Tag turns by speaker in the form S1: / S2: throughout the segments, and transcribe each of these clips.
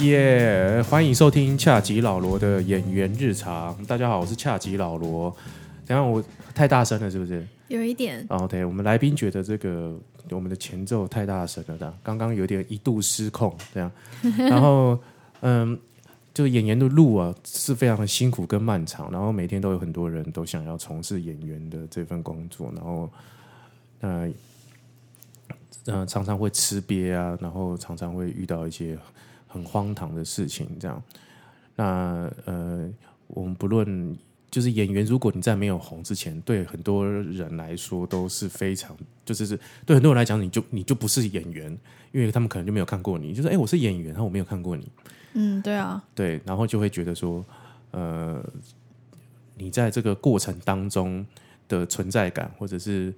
S1: 耶欢迎收听恰吉老罗的演员日常。大家好，我是恰吉老罗。等一下我太大声了，是不是？
S2: 有一点，
S1: 啊，OK，我们来宾觉得这个我们的前奏太大声了，这样刚刚有点一度失控，这样。然后，嗯，就演员的路啊是非常的辛苦跟漫长，然后每天都有很多人都想要从事演员的这份工作，然后，呃，呃，常常会吃瘪啊，然后常常会遇到一些很荒唐的事情，这样。那呃，我们不论就是演员，如果你在没有红之前，对很多人来说都是非常，就是是对很多人来讲，你就你就不是演员，因为他们可能就没有看过你，就是哎、诶我是演员，然后我没有看过你，
S2: 嗯，对啊，
S1: 对，然后就会觉得说，呃，你在这个过程当中的存在感，或者是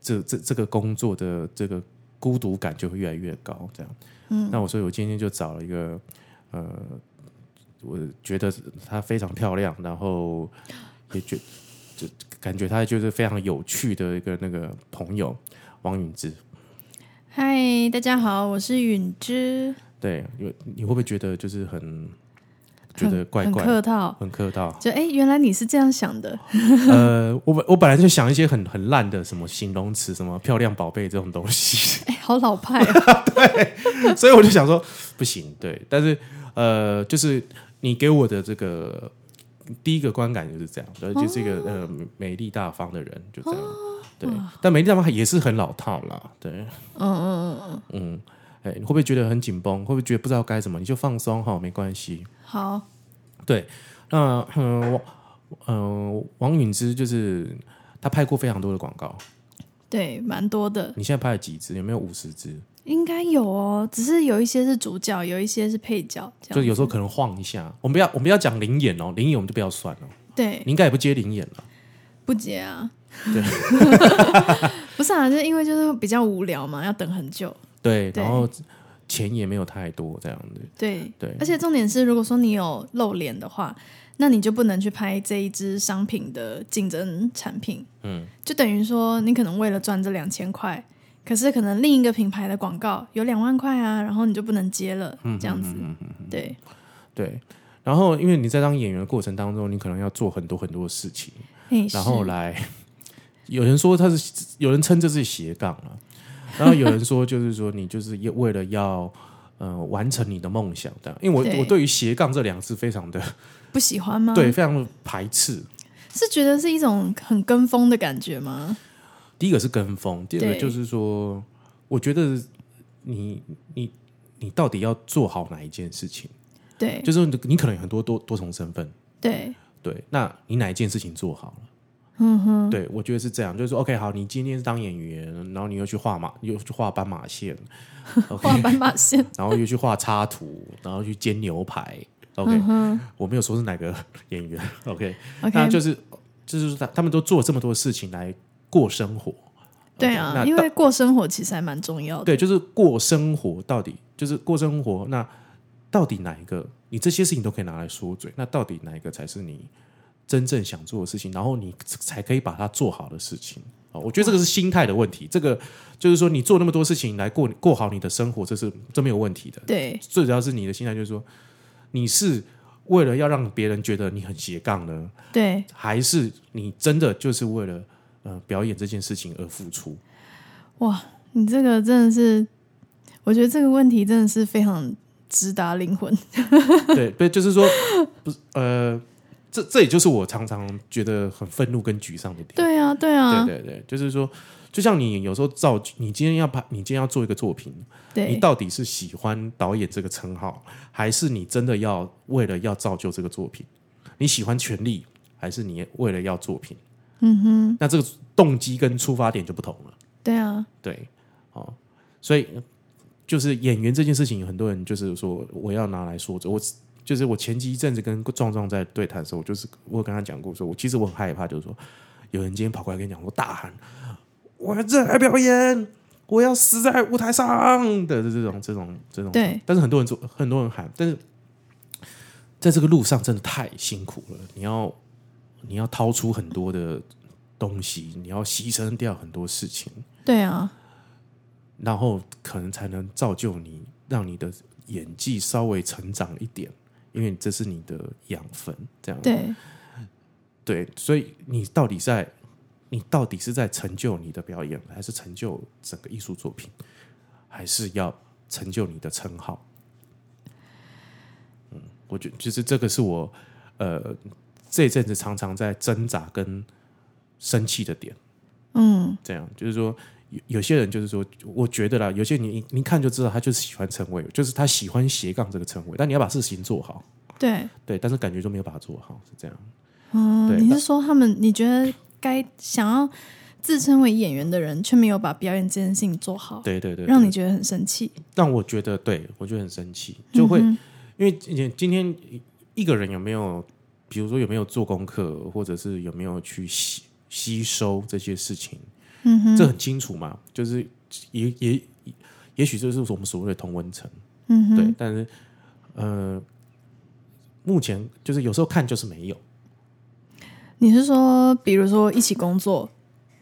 S1: 这这这个工作的这个孤独感就会越来越高，这样。嗯，那我所以我今天就找了一个，呃，我觉得她非常漂亮，然后也觉就感觉她就是非常有趣的一个那个朋友王允之。
S2: 嗨，大家好，我是允之，
S1: 对，有你会不会觉得就是很觉得怪
S2: 很
S1: 怪，
S2: 客套，
S1: 很客套？
S2: 就哎，原来你是这样 想的，
S1: 呃，我本我本来就想一些很很烂的什么形容词，什么漂亮宝贝这种东西，
S2: 哎，好老派啊，
S1: 所以我就想说不行，对。但是呃，就是你给我的这个第一个观感就是这样，对，就是一个、呃美丽大方的人，就这样，对。但美丽大方也是很老套啦，对，
S2: 嗯嗯嗯嗯，
S1: 嗯。哎，你会不会觉得很紧绷？会不会觉得不知道该怎么？你就放松哈，没关系。
S2: 好，
S1: 对，那嗯，王呃，王允之就是他拍过非常多的广告，
S2: 对，蛮多的，
S1: 你现在拍了几支？有没有五十支？
S2: 应该有哦，只是有一些是主角，有一些是配角，这
S1: 就
S2: 样，
S1: 有时候可能晃一下。我们不要，我们不要讲灵眼哦，灵眼我们就不要算了。
S2: 对，
S1: 你应该也不接灵眼了。
S2: 不接啊，
S1: 对，
S2: 不是啊，就是因为就是比较无聊嘛，要等很久，
S1: 对，
S2: 对
S1: 然后钱也没有太多这样子。
S2: 对，
S1: 对
S2: 而且重点是，如果说你有露脸的话，那你就不能去拍这一支商品的竞争产品。嗯，就等于说，你可能为了赚这两千块，可是可能另一个品牌的广告有两万块啊，然后你就不能接了，
S1: 嗯
S2: 这样子。对
S1: 对，然后因为你在当演员的过程当中，你可能要做很多很多的事情，
S2: 嘿，
S1: 然后
S2: 是
S1: 来，有人说他是，有人称这是斜杠啊，然后有人说就是说你就是也为了要。呃，完成你的梦想这样，因为我
S2: 对嗯
S1: 我对于斜杠这两个字非常的、
S2: 不喜欢吗？
S1: 对，，非常的排斥，
S2: 是觉得是一种很跟风的感觉吗？
S1: 第一个是跟风，第二个
S2: 对
S1: 就是说，我觉得你你你到底要做好哪一件事情？
S2: 对
S1: 就是你你可能有很多多多重身份，
S2: 对，
S1: 对，那你哪一件事情做好了？嗯哼，对，我觉得是这样，就是说，OK，好，你今天是当演员，然后你又去画马，又去画斑马线，OK，
S2: 画斑马线，
S1: 然后又去画插图， 然后去煎牛排，OK，、我没有说是哪个演员，OK，,
S2: 嗯 OK
S1: 那就是就是他他们都做这么多事情来过生活，
S2: 对
S1: OK，
S2: 啊
S1: 那，
S2: 因
S1: 到
S2: 为过生活其实还蛮重要的。
S1: 对，就是过生活到底就是过生活，那到底哪一个你这些事情都可以拿来说嘴，那到底哪一个才是你真正想做的事情，然后你才可以把它做好的事情哦，我觉得这个是心态的问题，这个就是说你做那么多事情来过过好你的生活，这是这没有问题的。
S2: 对
S1: 最主要是你的心态，就是说你是为了要让别人觉得你很斜杠呢，
S2: 对，
S1: 还是你真的就是为了呃表演这件事情而付出？
S2: 哇，你这个真的是，我觉得这个问题真的是非常直达灵魂。
S1: 对，对，就是说，不是呃，这这也就是我常常觉得很愤怒跟沮丧的点。
S2: 对啊，对啊，
S1: 对对对，就是说，就像你有时候造，你今天要拍，你今天要做一个作品，你
S2: 对
S1: 到底是喜欢导演这个称号，还是你真的要为了要造就这个作品？你喜欢权力，还是你为了要作品？嗯哼，那这个动机跟出发点就不同了。
S2: 对啊，
S1: 对，哦，所以就是演员这件事情，很多人就是说我要拿来说嘴，我就是我前几阵子跟壮壮在对谈的时候，我就是我有跟他讲过说，我其实我很害怕，就是说有人今天跑过来跟你讲说大喊我要热爱表演，我要死在舞台上的这种这种这种，
S2: 对
S1: 但是很多人做，很多人喊，但是在这个路上真的太辛苦了，你要你要掏出很多的东西，你要牺牲掉很多事情。
S2: 对啊，
S1: 然后可能才能造就你让你的演技稍微成长一点，因为这是你的养分，这样
S2: 对，
S1: 对，所以你到底在，你到底是在成就你的表演，还是成就整个艺术作品，还是要成就你的称号？嗯，我觉得其实这个是我呃这一阵子常常在挣扎跟生气的点。
S2: 嗯，
S1: 这样就是说，有有些人就是说，我觉得啦，有些你你一看就知道，他就是喜欢称谓，就是他喜欢斜杠这个称谓，但你要把事情做好，
S2: 对，
S1: 对，但是感觉就没有把它做好，是这样。
S2: 嗯，
S1: 对
S2: 你
S1: 那
S2: 是说他们你觉得该想要自称为演员的人，却没有把表演这件事情做好，
S1: 对对对，
S2: 让
S1: 对
S2: 你觉得很生气，
S1: 让我觉得，对我就很生气，就会、
S2: 嗯
S1: 因为今今天一个人有没有，比如说有没有做功课，或者是有没有去吸吸收这些事情，
S2: 嗯哼，
S1: 这很清楚嘛，就是也也也许这是我们所谓的同温层。
S2: 嗯哼，
S1: 对，但是呃，目前就是有时候看就是没有，
S2: 你是说，比如说一起工作，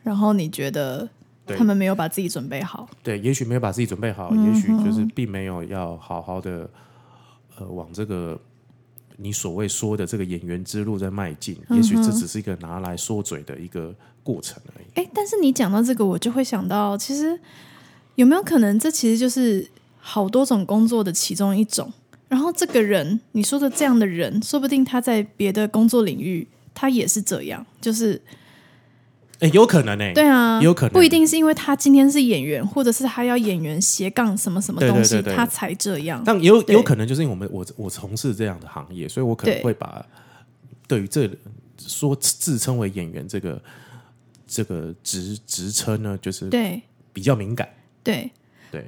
S2: 然后你觉得
S1: 对
S2: 他们没有把自己准备好？
S1: 对，也许没有把自己准备好，
S2: 嗯
S1: 也许就是并没有要好好的呃往这个你所谓说的这个演员之路在迈进，
S2: 嗯
S1: 也许这只是一个拿来说嘴的一个过程而已。
S2: 哎，但是你讲到这个，我就会想到，其实有没有可能，这其实就是好多种工作的其中一种。然后这个人，你说的这样的人，说不定他在别的工作领域，他也是这样，就是
S1: 哎、有可能呢、
S2: 对啊，
S1: 有可能
S2: 不一定是因为他今天是演员，或者是他要演员斜杠什么什么
S1: 对对
S2: 东西，
S1: 对对
S2: 他才这样。
S1: 但也有
S2: 对
S1: 有可能就是因为我们我我从事这样的行业，所以我可能
S2: 对
S1: 会把对于这说自称为演员这个这个职职称呢，就是
S2: 对
S1: 比较敏感，
S2: 对，
S1: 对。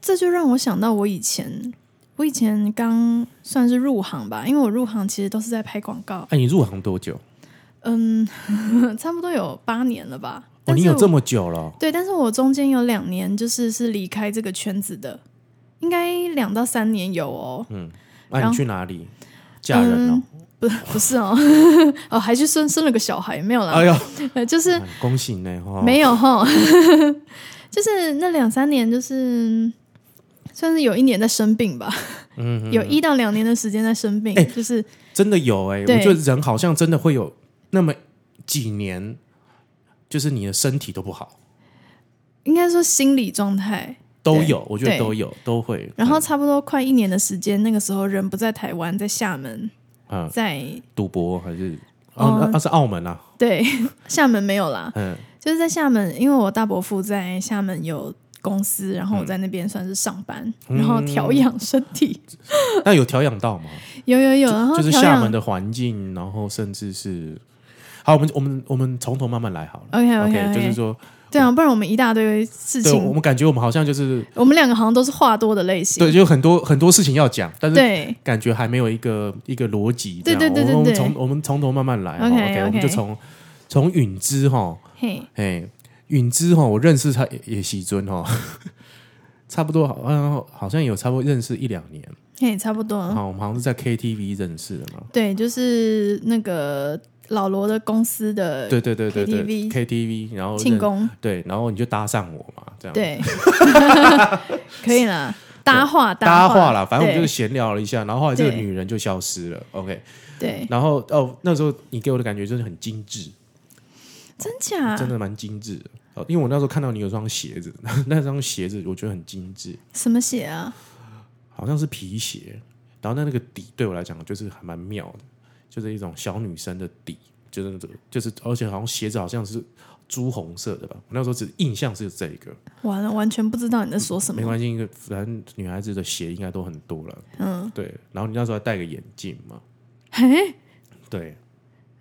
S2: 这就让我想到我以前，我以前刚算是入行吧，因为我入行其实都是在拍广告，
S1: 哎、你入行多久？
S2: 嗯， 差不多有八年了吧。
S1: 哦，
S2: 但
S1: 你
S2: 是
S1: 有
S2: 我
S1: 这么久了哦？
S2: 对，但是我中间有两年就是是离开这个圈子的，应该两到三年有哦，
S1: 嗯那、
S2: 然
S1: 啊你
S2: 后嗯
S1: 去哪里？嫁人哦了、
S2: 不不是哦， 哦还去生生了个小孩没有啦，
S1: 哎呦，
S2: 呃就是
S1: 哎恭喜呢！哈、
S2: 没有哈， 就是那两三年，就是算是有一年在生病吧，嗯，有一到两年的时间在生病，
S1: 哎
S2: 就是
S1: 真的有哎、
S2: 对
S1: 我觉得人好像真的会有那么几年，就是你的身体都不好，
S2: 应该说心理状态。
S1: 都有，我觉得
S2: 对
S1: 都有，都会。
S2: 然后差不多快一年的时间，那个时候人不在台湾，在厦门，
S1: 嗯，嗯
S2: 在
S1: 赌博还是哦，那、
S2: 嗯
S1: 那是澳门啊，
S2: 对 厦门没有啦，
S1: 嗯
S2: 就是在厦门，因为我大伯父在厦门有公司，然
S1: 嗯
S2: 后我在那边算是上班，然后调养身体，
S1: 那有调养到吗？
S2: 有有有，然后
S1: 就是
S2: 调
S1: 厦
S2: 养
S1: 门的环境，然后甚至是，好，我们我们我们从头慢慢来好了。
S2: OK OK
S1: OK，就是
S2: OK，
S1: 说，
S2: 对啊，不然我们一大堆事
S1: 对，我
S2: 情
S1: 们感觉我们好像就是
S2: 我们两个好像都是话多的类型。
S1: 对，就很多很多事情要讲，但是
S2: 对
S1: 感觉还没有一个一个逻辑这样。
S2: 对对对对
S1: 我们
S2: 对
S1: 从我们从头慢慢来。
S2: OK，
S1: OK，我们
S2: OK
S1: 就从从允之哈，
S2: 嘿，
S1: 哎，允之哈，我认识他也也喜尊哈， 差不多好像好像有差不多认识一两年。
S2: 嘿，差不多。
S1: 好，我们好像是在 KTV 认识的嘛。
S2: 对，就是那个老罗的公司的
S1: 对对对对对
S2: KTV
S1: ，KTV，然后
S2: 庆
S1: 认
S2: 功，
S1: 对，然后你就搭上我嘛，这样。
S2: 对，可以啦，搭话
S1: 搭
S2: 话
S1: 话啦，反正我们
S2: 对
S1: 就是闲聊了一下，然后后来这个
S2: 对
S1: 女人就消失了。OK，
S2: 对，
S1: 然后哦，那时候你给我的感觉就是很精致，
S2: 真假
S1: 真的蛮精致的。哦，因为我那时候看到你有双鞋子， 那双鞋子我觉得很精致，
S2: 什么写啊？
S1: 好像是皮鞋。然后那那个底对我来讲就是还蛮妙的，就是一种小女生的底，就是那种就是，而且好像鞋子好像是朱红色的吧。我那时候只印象是这个，
S2: 完了，完全不知道你在说 什
S1: 没
S2: 么。
S1: 关系，因为反正女孩子的鞋应该都很多了。
S2: 嗯，
S1: 对，然后你那时候还戴个眼镜嘛，
S2: 嘿，
S1: 对。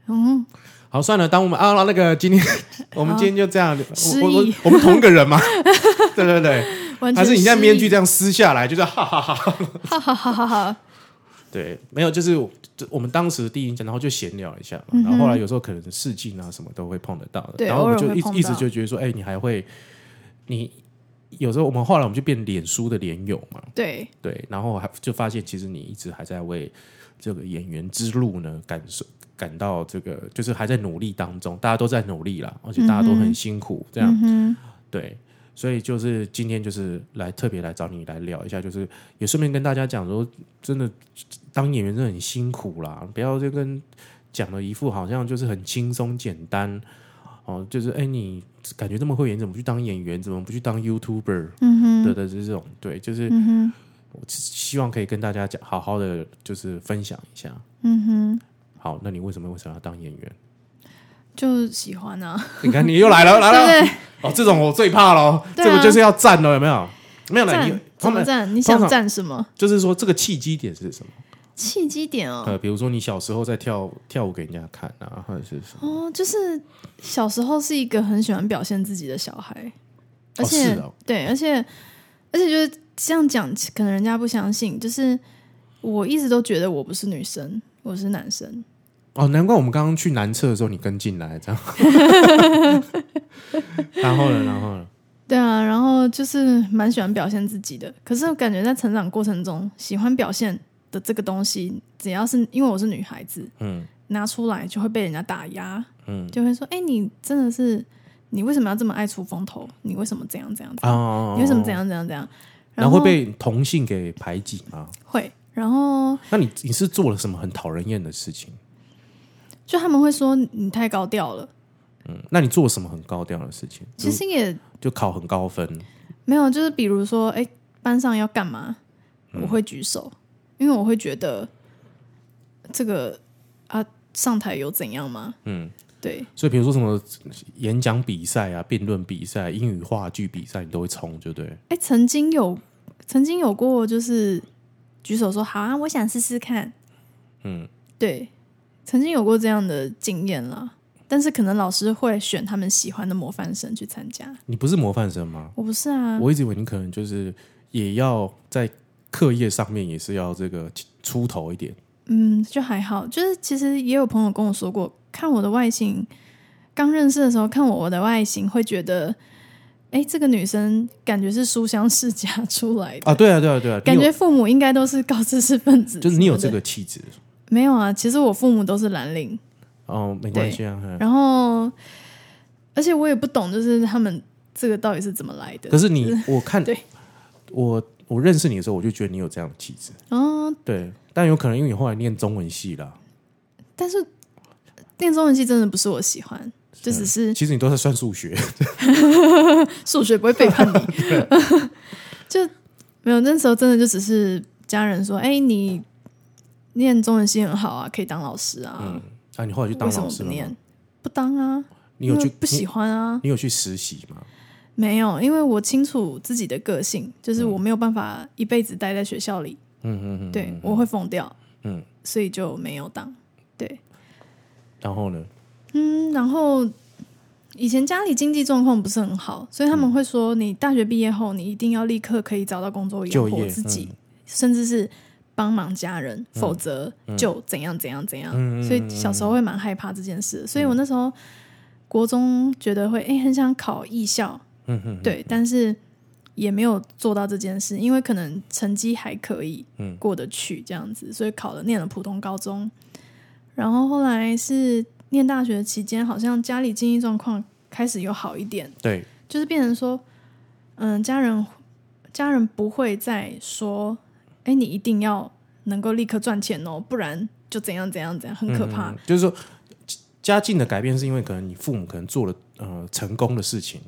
S2: 嗯，
S1: 好，算了，当我们啊，那个今天 我们今天就这样，
S2: 失
S1: 我我
S2: 忆
S1: 我们同一个人嘛， 对对对。
S2: 完全
S1: 还是你那
S2: 失
S1: 面
S2: 忆
S1: 具，这样撕下来，就是哈哈哈哈。
S2: 哈哈哈哈哈。
S1: 对，没有，就是我就我们当时第一印象，然后就闲聊一下嘛，然后后来有时候可能试镜啊什么都会碰得到的，
S2: 嗯对
S1: 然后我们
S2: 偶尔
S1: 就
S2: 会
S1: 一
S2: 碰到
S1: 一直就觉得说，哎、你还会，你有时候我们后来我们就变脸书的脸友嘛，
S2: 对，
S1: 对，然后还就发现其实你一直还在为这个演员之路呢感受。感到这个就是还在努力当中，大家都在努力啦，而且大家都很辛苦，这样、
S2: 嗯嗯哼，
S1: 对，所以就是今天就是来特别来找你来聊一下，就是也顺便跟大家讲说，真的当演员真的很辛苦啦，不要就跟讲的一副好像就是很轻松简单哦，就是哎你感觉这么会演，怎么不去当演员，怎么不去当 YouTuber？
S2: 嗯哼，
S1: 对对，就是这种对，就是
S2: 嗯哼。
S1: 我希望可以跟大家讲，好好的就是分享一下。
S2: 嗯哼，
S1: 好，那你为什么为什么要当演员？
S2: 就喜欢啊，
S1: 你看你又来 了，来
S2: 对不
S1: 了。
S2: 对？
S1: 哦，这种我最怕喽，
S2: 对
S1: 这
S2: 啊
S1: 个就是要站了，有没有？没有了，你
S2: 赞
S1: 他
S2: 怎么
S1: 们
S2: 赞？
S1: 通
S2: 你想
S1: 常
S2: 赞什么？
S1: 就是说这个契机点是什么？
S2: 契机点哦，
S1: 呃，比如说你小时候在跳跳舞给人家看啊，或者是什么？
S2: 哦，就是小时候是一个很喜欢表现自己的小孩，而且、
S1: 哦是哦
S2: 对，而且而且就是这样讲，可能人家不相信，就是我一直都觉得我不是女生，我是男生，
S1: 哦，难怪我们刚刚去南侧的时候你跟进来这 样。然后呢，然后呢？
S2: 对啊，然后就是蛮喜欢表现自己的，可是我感觉在成长过程中，喜欢表现的这个东西，只要是因为我是女孩子，
S1: 嗯
S2: 拿出来就会被人家打压，
S1: 嗯
S2: 就会说：“哎、你真的是，你为什么要这么爱出风头？你为什么怎样怎样怎样？
S1: 啊
S2: 哦你为什么怎？样怎样怎样？”
S1: 哦然
S2: 后
S1: 后会被同性给排挤吗？
S2: 会，然后
S1: 那你你是做了什么很讨人厌的事情？
S2: 就他们会说你太高调了，
S1: 嗯，那你做了什么很高调的事情？
S2: 其实也
S1: 就就考很高分，
S2: 没有，就是比如说，哎、班上要干嘛，
S1: 嗯
S2: 我会举手，因为我会觉得这个啊，上台有怎样吗？
S1: 嗯，
S2: 对，
S1: 所以比如说什么演讲比赛啊、辩论比赛、英语话剧比赛，你都会冲，就对。
S2: 哎、曾经有，曾经有过，就是举手说好啊，我想试试看。
S1: 嗯，
S2: 对，曾经有过这样的经验啦，但是可能老师会选他们喜欢的模范生去参加。
S1: 你不是模范生吗？
S2: 我不是啊，
S1: 我一直以为你可能就是也要在课业上面也是要这个出头一点。
S2: 嗯，就还好。就是其实也有朋友跟我说过，看我的外形，刚认识的时候看我我的外形，会觉得，哎，这个女生感觉是书香世家 出来的，
S1: 啊，对啊，对啊，对啊，
S2: 感
S1: 你
S2: 觉
S1: 有
S2: 父母应该都是高知识分子。
S1: 就是你有这？个气质
S2: 没有啊，其实我父母都是蓝领，
S1: 哦，没关系啊。嗯
S2: 然后，而且我也不懂，就是他们这个到底是怎么来的。
S1: 可是你，我看
S2: 对
S1: 我我认识你的时候，我就觉得你有这样的气质。
S2: 哦，
S1: 对，但有可能因为你后来念中文系啦，
S2: 但是念中文系真的不是我喜欢，就只是
S1: 其实你都在算数学。
S2: 数学不会背叛你， 就没有那时候真的就只是家人说，哎、你念中文系很好啊，可以当老师啊，
S1: 嗯，啊，你后来去当
S2: 为什么
S1: 老师了
S2: 不
S1: 吗
S2: 念？？不当啊，
S1: 你有
S2: 因
S1: 去
S2: 为不喜
S1: 你
S2: 欢啊，
S1: 你有去实习吗？
S2: 没有，因为我清楚自己的个性，就是我没有办法一辈子待在学校里，
S1: 嗯嗯嗯，
S2: 对我会疯掉，
S1: 嗯，
S2: 所以就没有当，对。
S1: 然后呢？
S2: 嗯，然后以前家里经济状况不是很好，所以他们会说，你大学毕业后，你一定要立刻可以找到工作
S1: 就
S2: 养活
S1: 业嗯
S2: 自己，甚至是帮忙家人，否则就怎样怎样怎样。
S1: 嗯嗯嗯
S2: 所以小时候会蛮害怕这件事，所以我那时候国中觉得会，哎、很想考艺校，
S1: 嗯嗯嗯，
S2: 对，但是也没有做到这件事，因为可能成绩还可以，
S1: 嗯
S2: 过得去这样子，所以考了念了普通高中，然后后来是念大学期间，好像家里经济状况开始有好一点，
S1: 对，
S2: 就是变成说，嗯，家人家人不会再说，哎，你一定要能够立刻赚钱哦，不然就怎样怎样怎样，很可怕。
S1: 嗯就是说家家境的改变是因为可能你父母可能做了呃成功的事情，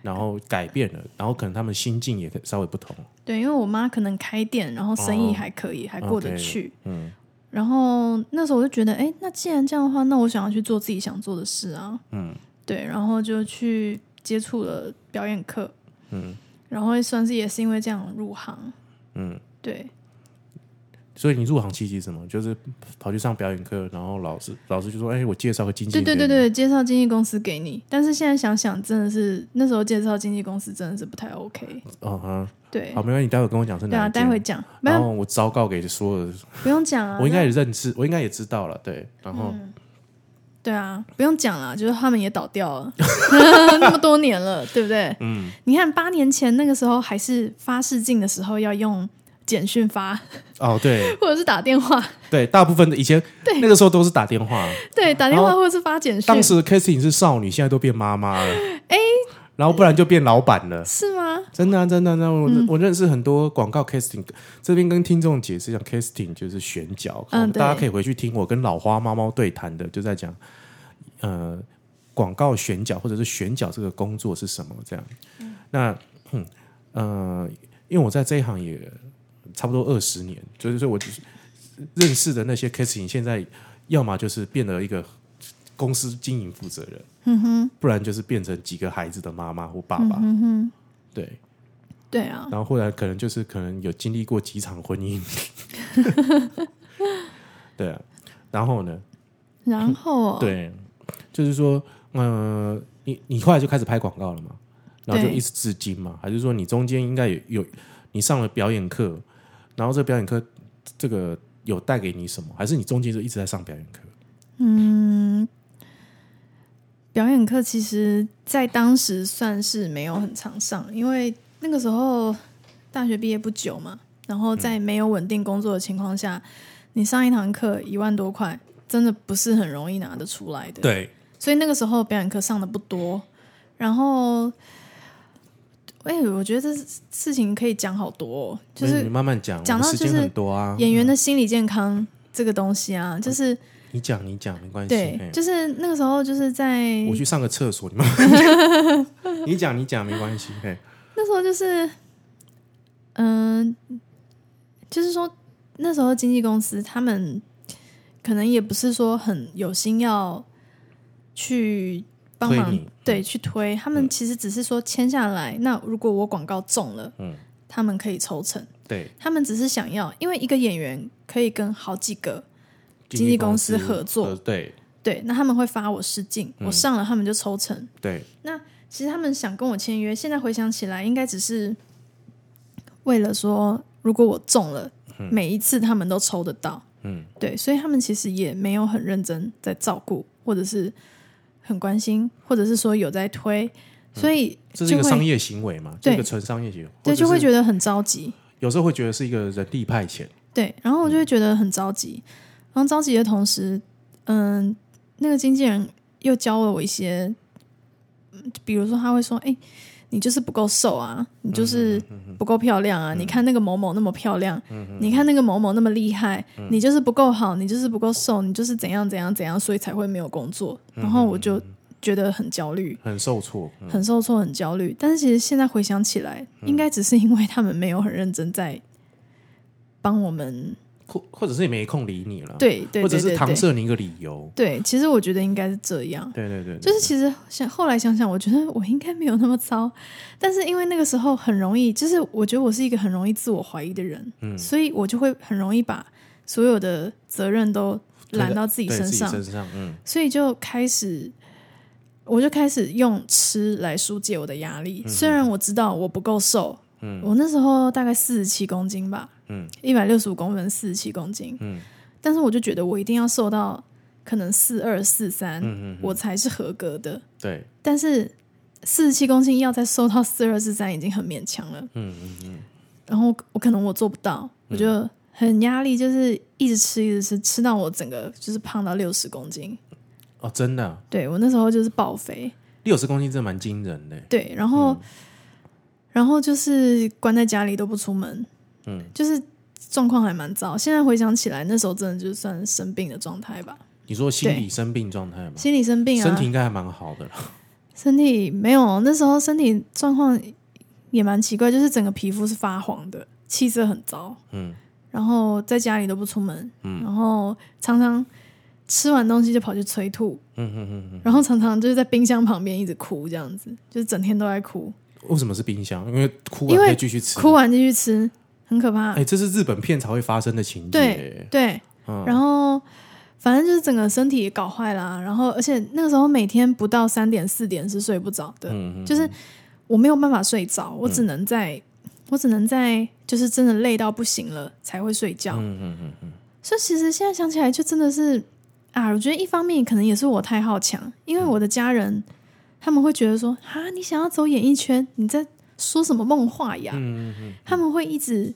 S1: 然后改变了，然后可能他们心境也稍微不同。
S2: 对，因为我妈可能开店，然后生意
S1: 哦
S2: 还可以，还过得
S1: OK
S2: 去。
S1: 嗯
S2: 然后那时候我就觉得，哎，那既然这样的话，那我想要去做自己想做的事啊。
S1: 嗯，
S2: 对，然后就去接触了表演课，
S1: 嗯
S2: 然后算是也是因为这样入行。
S1: 嗯。
S2: 对，
S1: 所以你入行契机是什么？就是跑去上表演课，然后老师老师就说：“哎、我介绍个经纪
S2: 对
S1: 人。”
S2: 对对对，介绍经纪公司给你。但是现在想想，真的是那时候介绍经纪公司真的是不太 OK。
S1: 对，嗯哼，
S2: 对
S1: 好，，没关系，你待会跟我讲是
S2: 对
S1: 哪
S2: 啊，
S1: 一
S2: 待会
S1: 间。
S2: 讲，没
S1: 然
S2: 有
S1: 后我昭告给所有的，
S2: 不用讲啊。
S1: 我应该
S2: 那嗯
S1: 也认识，我应该也知道了，对。然后，
S2: 对啊，不用讲了，就是他们也倒掉了， 那么多年了，对不对？嗯，你看八年前那个时候还是发视镜的时候要用简讯发，
S1: 哦，对
S2: 或者是打电话，
S1: 对，大部分的以前那个时候都是打电话，
S2: 对，打电话或者是发简讯
S1: 当。时 Casey 是少女，现在都变妈妈了。哎、然后不然就变老板了。
S2: 是吗？
S1: 真的、啊，真的、啊，那我、我认识很多广告 casting，这边跟听众解释一下，casting 就是选角，
S2: 嗯对
S1: 大家可以回去听我跟老花猫猫对谈的，就在讲，呃，广告选角或者是选角这个工作是什么这样。那哼呃，因为我在这一行也差不多二十年，所以所以我就是认识的那些 casting，现在要么就是变了一个公司经营负责人，嗯哼，不然就是变成几个孩子的妈妈或爸爸，嗯哼，对。
S2: 对 啊，
S1: 然后后来可能就是可能有经历过几场婚姻， 对啊，然后呢，
S2: 然后哦
S1: 对，就是说，呃，你你后来就开始拍广告了嘛，然后就
S2: 对
S1: 一直至今嘛，还是说你中间应该有有你上了表演课，然后这表演课这个有带给你什么，还是你中间就一直在上表演课？
S2: 表演课其实在当时算是没有很常上，因为那个时候大学毕业不久嘛，然后在没有稳定工作的情况下，你上一堂课一万多块，真的不是很容易拿得出来的。
S1: 对，
S2: 所以那个时候表演课上的不多，然后。哎、我觉得这事情可以讲好多、哦，就是
S1: 你慢慢讲，
S2: 讲
S1: 我们
S2: 到
S1: 时
S2: 就
S1: 间
S2: 是
S1: 很多啊，
S2: 演员的心理健康这个东西啊，就是
S1: 你讲你讲没关系，
S2: 对
S1: 嘿，
S2: 就是那个时候就是在
S1: 我去上个厕所，你慢慢讲， 你讲你讲没关系，嘿。
S2: 那时候就是，嗯、就是说那时候经纪公司他们可能也不是说很有心要去帮
S1: 推
S2: 忙
S1: 你，嗯
S2: 对，去推。他们其实只是说签下来，那如果我广告中了，
S1: 嗯
S2: 他们可以抽成。
S1: 对，
S2: 他们只是想要，因为一个演员可以跟好几个经纪公司合作
S1: 呃对
S2: 对，那他们会发我试镜，
S1: 嗯
S2: 我上了他们就抽成。
S1: 对，
S2: 其实他们想跟我签约，现在回想起来，应该只是为了说，如果我中了，每一次他们都抽得到。
S1: 嗯，
S2: 对，所以他们其实也没有很认真在照顾，或者是很关心，或者是说有在推，所以
S1: 这是一个
S2: 就会
S1: 商业行为嘛，这
S2: 对
S1: 个纯商业行为，
S2: 对
S1: 嗯或者
S2: 就会
S1: 是
S2: 觉得很着急。
S1: 有时候会觉得是一个人力派遣，
S2: 对，然后我就会觉得很着急，然后着急的同时，嗯，那个经纪人又教了我一些，嗯比如说他会说：“哎、你就是不够瘦啊，你就是不够漂亮啊，你看那个某某那么漂亮，你看那个某某那么厉害，你就是不够好，你就是不够瘦，你就是怎样怎样怎样，所以才会没有工作。”然后我就觉得很焦虑，
S1: 很受挫。嗯
S2: 很受挫、很焦虑。但是其实现在回想起来，应该只是因为他们没有很认真在帮我们。
S1: 或或者是也没空理你了，，
S2: 对对
S1: 或者
S2: 对
S1: 是
S2: 对
S1: 搪
S2: 对，
S1: 塞你一个理由，
S2: 对，其实我觉得应该是这样。
S1: 对对对，对
S2: 就是其实想后来想想，我觉得我应该没有那么糟，但是因为那个时候很容易，就是我觉得我是一个很容易自我怀疑的人，
S1: 嗯
S2: 所以我就会很容易把所有的责任都揽到自己
S1: 对
S2: 身
S1: 自己
S2: 上，
S1: 身上，嗯，
S2: 所以就开始，我就开始用吃来疏解我的压
S1: 嗯
S2: 力。虽然我知道我不够瘦，我那时候大概四十七公斤吧，
S1: 嗯，
S2: 一百六十五公分，四十七公斤，
S1: 嗯，
S2: 但是我就觉得我一定要瘦到可能四二四
S1: 嗯
S2: 三，我才是合格的。
S1: 对，
S2: 但是四十七公斤要再瘦到四二四三已经很勉强了。
S1: 嗯嗯嗯，
S2: 然后我可能我做不到，我就很压力，就是一直吃一直吃，吃到我整个就是胖到六十公斤。
S1: 哦，真的
S2: 对我那时候就是爆肥，
S1: 六十公斤真的蛮惊人的，
S2: 对，然后、
S1: 嗯
S2: 然后就是关在家里都不出门，
S1: 嗯，
S2: 就是状况还蛮糟。现在回想起来，那时候真的就算生病的状态吧，
S1: 你说心理生病状态吗？
S2: 心理生病啊，
S1: 身体应该还蛮好的啦，
S2: 身体没有，那时候身体状况也蛮奇怪，就是整个皮肤是发黄的，气色很糟，
S1: 嗯，
S2: 然后在家里都不出门，嗯，然后常常吃完东西就跑去催吐，
S1: 嗯嗯嗯嗯。
S2: 然后常常就是在冰箱旁边一直哭，这样子，就是整天都在哭，
S1: 为什么是冰箱？因为哭
S2: 因
S1: 完
S2: 为
S1: 可以继续吃。
S2: 哭，啊完继续吃，很可怕。
S1: 哎，这是日本片才会发生的情节。
S2: 对，对，
S1: 嗯
S2: 然后反正就是整个身体也搞坏了啊、然后而且那个时候每天不到三点四点是睡不着的，
S1: 嗯，嗯嗯
S2: 就是我没有办法睡着，我只能在、我只能在就是真的累到不行了才会睡觉。
S1: 嗯嗯嗯嗯，
S2: 所以其实现在想起来，就真的是啊，我觉得一方面可能也是我太好强，因为我的家人他们会觉得说啊，你想要走演艺圈，你在说什么梦话呀？他们会一直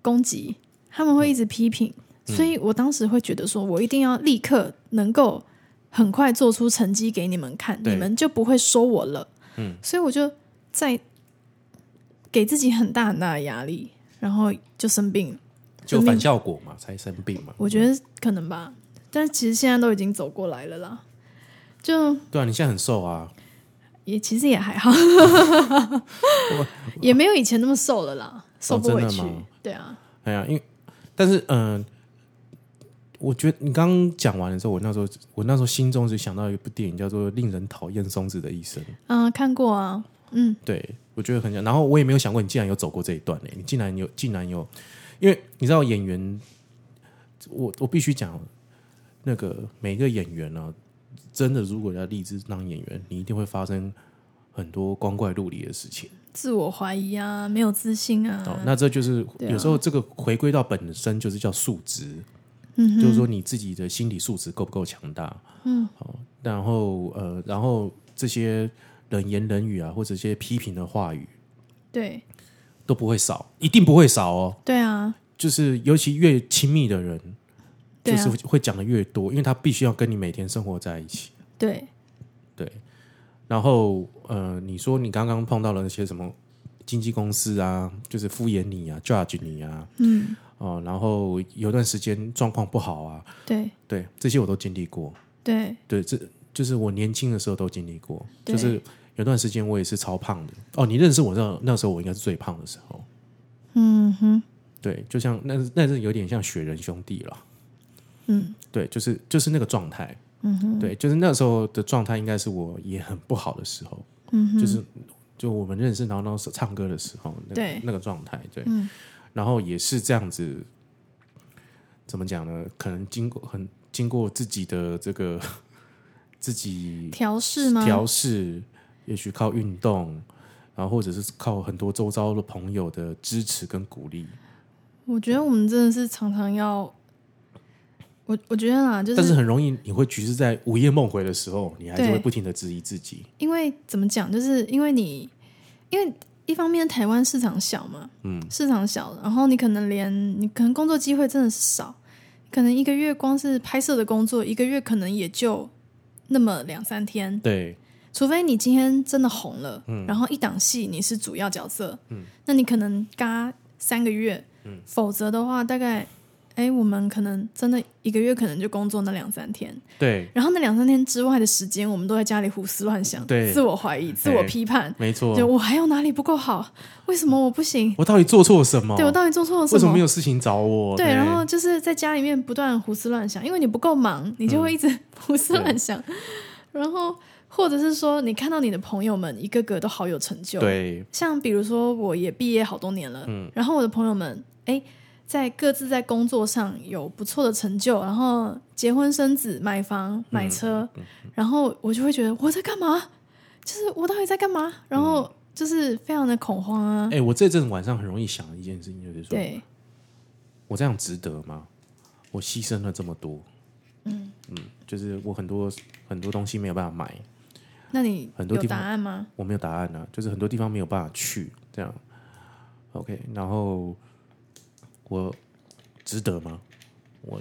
S2: 攻击，他们会一直批评，所以我当时会觉得说，我一定要立刻能够很快做出成绩给你们看，
S1: 对
S2: 你们就不会说我了。嗯，所以我就在给自己很大很大的压力，然后就生病了。
S1: 就反效果嘛，才生病嘛。
S2: 我觉得可能吧，但是其实现在都已经走过来了啦，就
S1: 对啊，你现在很瘦啊，
S2: 也其实也还 好，也没有以前那么瘦了啦，瘦不回去。
S1: 哦真的吗
S2: 对啊，
S1: 哎呀，因为但是嗯、我觉得你刚刚讲完的时候，我那时候我那时候心中只想到一部电影叫做《令人讨厌松子的一生》，
S2: 嗯、看过啊，嗯，
S1: 对我觉得很像。然后我也没有想过你竟然有走过这一段欸呢、你竟然有竟然有，因为你知道演员，我我必须讲，那个每个演员啊，真的如果要立志当演员，你一定会发生很多光怪陆离的事情。
S2: 自我怀疑啊，没有自信啊，
S1: 哦，那这就是、
S2: 对啊
S1: 有时候这个回归到本身就是叫素质，嗯，就是说你自己的心理素质够不够强大，嗯，好、然后呃，然后这些冷言冷语啊，或者一些批评的话语
S2: 对
S1: 都不会少，一定不会少哦。
S2: 对啊，
S1: 就是尤其越亲密的人，
S2: 对
S1: 就
S2: 啊
S1: 是会讲的越多，因为他必须要跟你每天生活在一起。
S2: 对，
S1: 对，然后呃，你说你刚刚碰到了那些什么经纪公司啊，就是敷衍你啊，judge 你啊，
S2: 嗯，
S1: 哦，然后有段时间状况不好啊，
S2: 对
S1: 对，这些我都经历过。
S2: 对，
S1: 对，这就是我年轻的时候都经历过，
S2: 对
S1: 就是有段时间我也是超胖的。哦，你认识我那那时候我应该是最胖的时候。
S2: 嗯哼，
S1: 对，就像那那是有点像雪人兄弟了。
S2: 嗯，
S1: 对，就是就是那个状态。嗯哼，对，就是那时候的状态，应该是我也很不好的时候。嗯哼，就是就我们认识，然后那时候唱歌的时候，那个
S2: 对
S1: 那个状态，对。
S2: 嗯
S1: 然后也是这样子，怎么讲呢？可能经过很经过自己的这个自己
S2: 调试
S1: 嗯
S2: 吗？
S1: 调试，也许靠运动，然后或者是靠很多周遭的朋友的支持跟鼓励。
S2: 我觉得我们真的是常常要，我我觉得啊，就
S1: 但是
S2: 是
S1: 很容易你会局是在午夜梦回的时候，你还是
S2: 对
S1: 会不停的质疑自己。
S2: 因为怎么讲，就是因为你，因为一方面台湾市场小嘛，
S1: 嗯，
S2: 市场小，然后你可能连你可能工作机会真的是少，可能一个月光是拍摄的工作，一个月可能也就那么两三天，
S1: 对
S2: 除非你今天真的红了，然后一档戏你是主要角色，那你可能嘎三个月，否则的话大概，哎，我们可能真的一个月可能就工作那两三天，
S1: 对，
S2: 然后那两三天之外的时间，我们都在家里胡思乱想，
S1: 对
S2: 自我怀疑、自我批判，
S1: 没错。
S2: 就我还有哪里不够好？为什么我不行？
S1: 我到底做错了什么？
S2: 对我到底做错了
S1: 哦为什么
S2: 么
S1: 没？有事情找我？
S2: 对，然后就是在家里面不断胡思乱想，因为你不够忙，你就会一直 胡思乱想。然后，或者是说，你看到你的朋友们一个个都好有成就，
S1: 对
S2: 像比如说，我也毕业好多年了，
S1: 嗯
S2: 然后我的朋友们，哎，在各自在工作上有不错的成就，然后结婚生子、买房、买车，
S1: 嗯
S2: 然后我就会觉得我在干嘛？就是我到底在干嘛？然后就是非常的恐慌啊，
S1: 哎，我这阵晚上很容易想的一件事情就是说，
S2: 对
S1: 我这样值得吗？我牺牲了这么多，嗯嗯，就是我很多很多东西没有办法买，
S2: 那你
S1: 很多
S2: 有
S1: 地方
S2: 答案吗？
S1: 我没有答案啊，就是很多地方没有办法去，这样。OK，然后我值得吗？我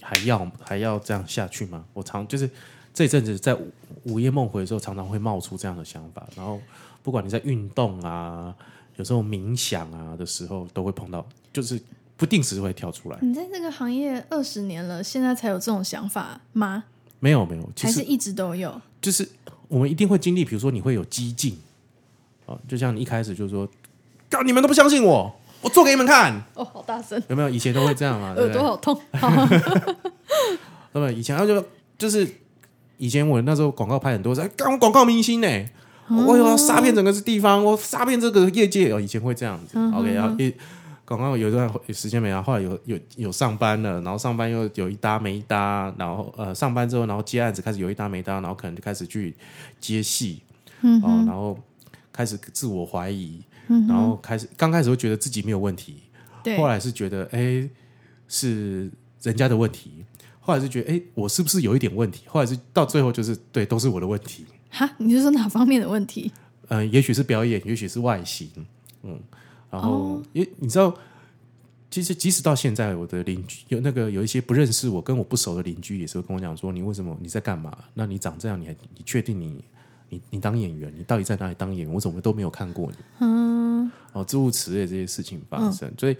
S1: 还要还要这样下去吗？我常就是这阵子在午午夜梦回的时候，常常会冒出这样的想法。然后不管你在运动啊，有时候冥想啊的时候，都会碰到，就是不定时会跳出来。
S2: 你在这个行业二十年了，现在才有这种想法吗？
S1: 没有没有，其
S2: 还
S1: 实
S2: 是一直都有？
S1: 就是我们一定会经历，比如说你会有激进，啊，就像你一开始就说，干你们都不相信我，我做给你们看，
S2: 哦，好大声，
S1: 有没有？以前都会这样嘛，啊对
S2: 耳
S1: 不
S2: 朵
S1: 对？
S2: 好痛。
S1: 那么以前他就就是以前我那时候广告拍很多，说哎干我广告明星呢、我要杀遍整个地方，我杀遍这个业界哦。以前会这样子、o k 然后一广告有一段时间没来，后来有有有上班了，然后上班又有一搭没一搭，然后呃上班之后，然后接案子开始有一搭没一搭，然后可能就开始去接戏，嗯、哦，然后开始自我怀疑，然后开始刚开始会觉得自己没有问题，
S2: 对
S1: 后来是觉得哎、诶是人家的问题，后来是觉得哎、诶我是不是有一点问题，后来是到最后就是对都是我的问题，
S2: 哈，你是说哪方面的问题？
S1: 嗯、也许是表演，也许是外形，嗯，然后因为你知道，其实即使到现在，我的邻居有那个有一些不认识我跟我不熟的邻居，也是会跟我讲说，你为什么你在干嘛？那你长这样，你还你确定你你你当演员，你到底在哪里当演员？我怎么都没有看过你？
S2: 嗯，
S1: 哦，诸如此类这些事情发生，所以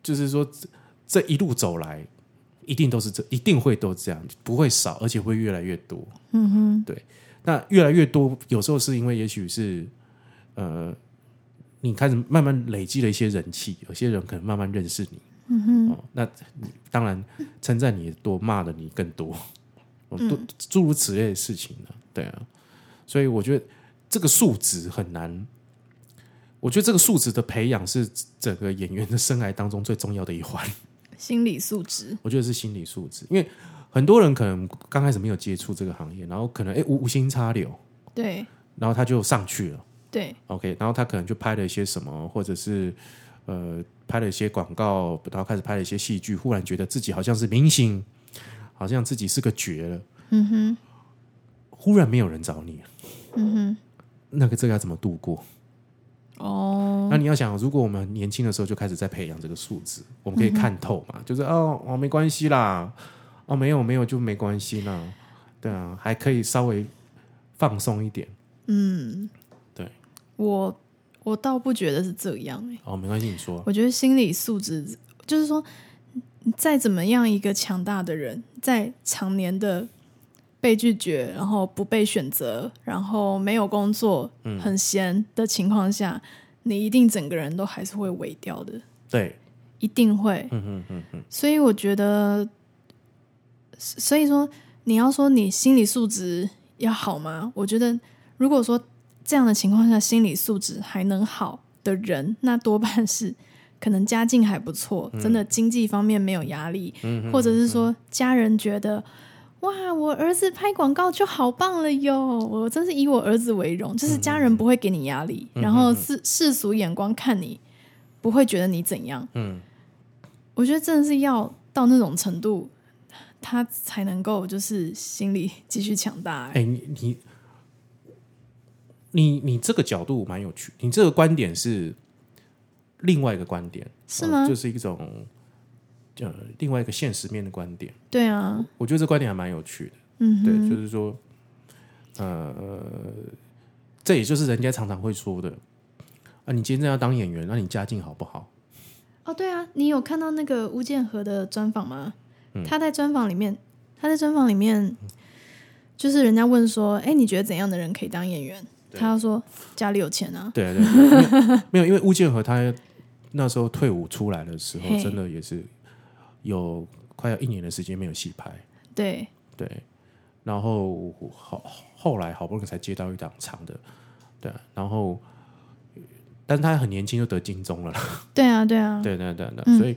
S1: 就是说这这一路走来，一定都是这，一定会都这样，不会少，而且会越来越多。嗯哼，对。那越来越多，有时候是因为也许是呃，你开始慢慢累积了一些人气，有些人可能慢慢认识你。嗯哼，哦、那你当然称赞你也多，骂的你更多，哦都诸如此类的事情呢、对啊，所以我觉得这个数值很难。我觉得这个素质的培养是整个演员的生涯当中最重要的一环。
S2: 心理素质，
S1: 我觉得是心理素质，因为很多人可能刚开始没有接触这个行业，然后可能哎无无心插柳，
S2: 对
S1: 然后他就上去了
S2: 对，
S1: ，OK，然后他可能就拍了一些什么，或者是呃拍了一些广告，然后开始拍了一些戏剧，忽然觉得自己好像是明星，好像自己是个角了，嗯哼，忽然没有人找你，嗯哼，那个这个要怎么度过？
S2: 哦，
S1: 那你要想，如果我们年轻的时候就开始在培养这个素质，我们可以看透嘛，就是哦，哦，没关系啦，哦，没有没有就没关系啦，对啊，还可以稍微放松一点，
S2: 我我倒不觉得是这样哎、
S1: 哦，没关系，你说，
S2: 我觉得心理素质就是说，再怎么样一个强大的人，在常年的被拒绝，然后不被选择，然后没有工作、很闲的情况下，你一定整个人都还是会萎掉的，
S1: 对，
S2: 一定会。
S1: 嗯嗯嗯嗯，
S2: 所以我觉得，所以说你要说你心理素质要好吗？我觉得，如果说这样的情况下心理素质还能好的人，那多半是可能家境还不错，真的经济方面没有压力，或者是说家人觉得。哇，我儿子拍广告就好棒了哟！我真是以我儿子为荣，就是家人不会给你压力，然后世世俗眼光看你，不会觉得你怎样。
S1: 嗯，
S2: 我觉得真的是要到那种程度，他才能够就是心理继续强大、欸。
S1: 哎、你你你你这个角度蛮有趣，你这个观点是另外一个观点，
S2: 是
S1: 哦
S2: 吗
S1: 就是一种呃另外一个现实面的观点，
S2: 对啊，
S1: 我觉得这观点还蛮有趣的。
S2: 嗯哼，
S1: 对，就是说，呃，这也就是人家常常会说的啊，你今天要当演员，那你家境好不好？
S2: 哦，对啊，你有看到那个吴建和的专访吗？
S1: 嗯
S2: 他在专访里面，他在专访里面，就是人家问说，哎、你觉得怎样的人可以当演员？他就说家里有钱 啊，
S1: 对啊对啊，因为没有，因为吴建和他那时候退伍出来的时候，
S2: 嘿
S1: 真的也是有快要一年的时间没有戏拍，
S2: 对，
S1: 对，然后后后来好不容易才接到一档长的，对啊，然后。但他很年轻就得金钟了啦，
S2: 对啊，对啊，
S1: 对对对对，
S2: 嗯
S1: 所以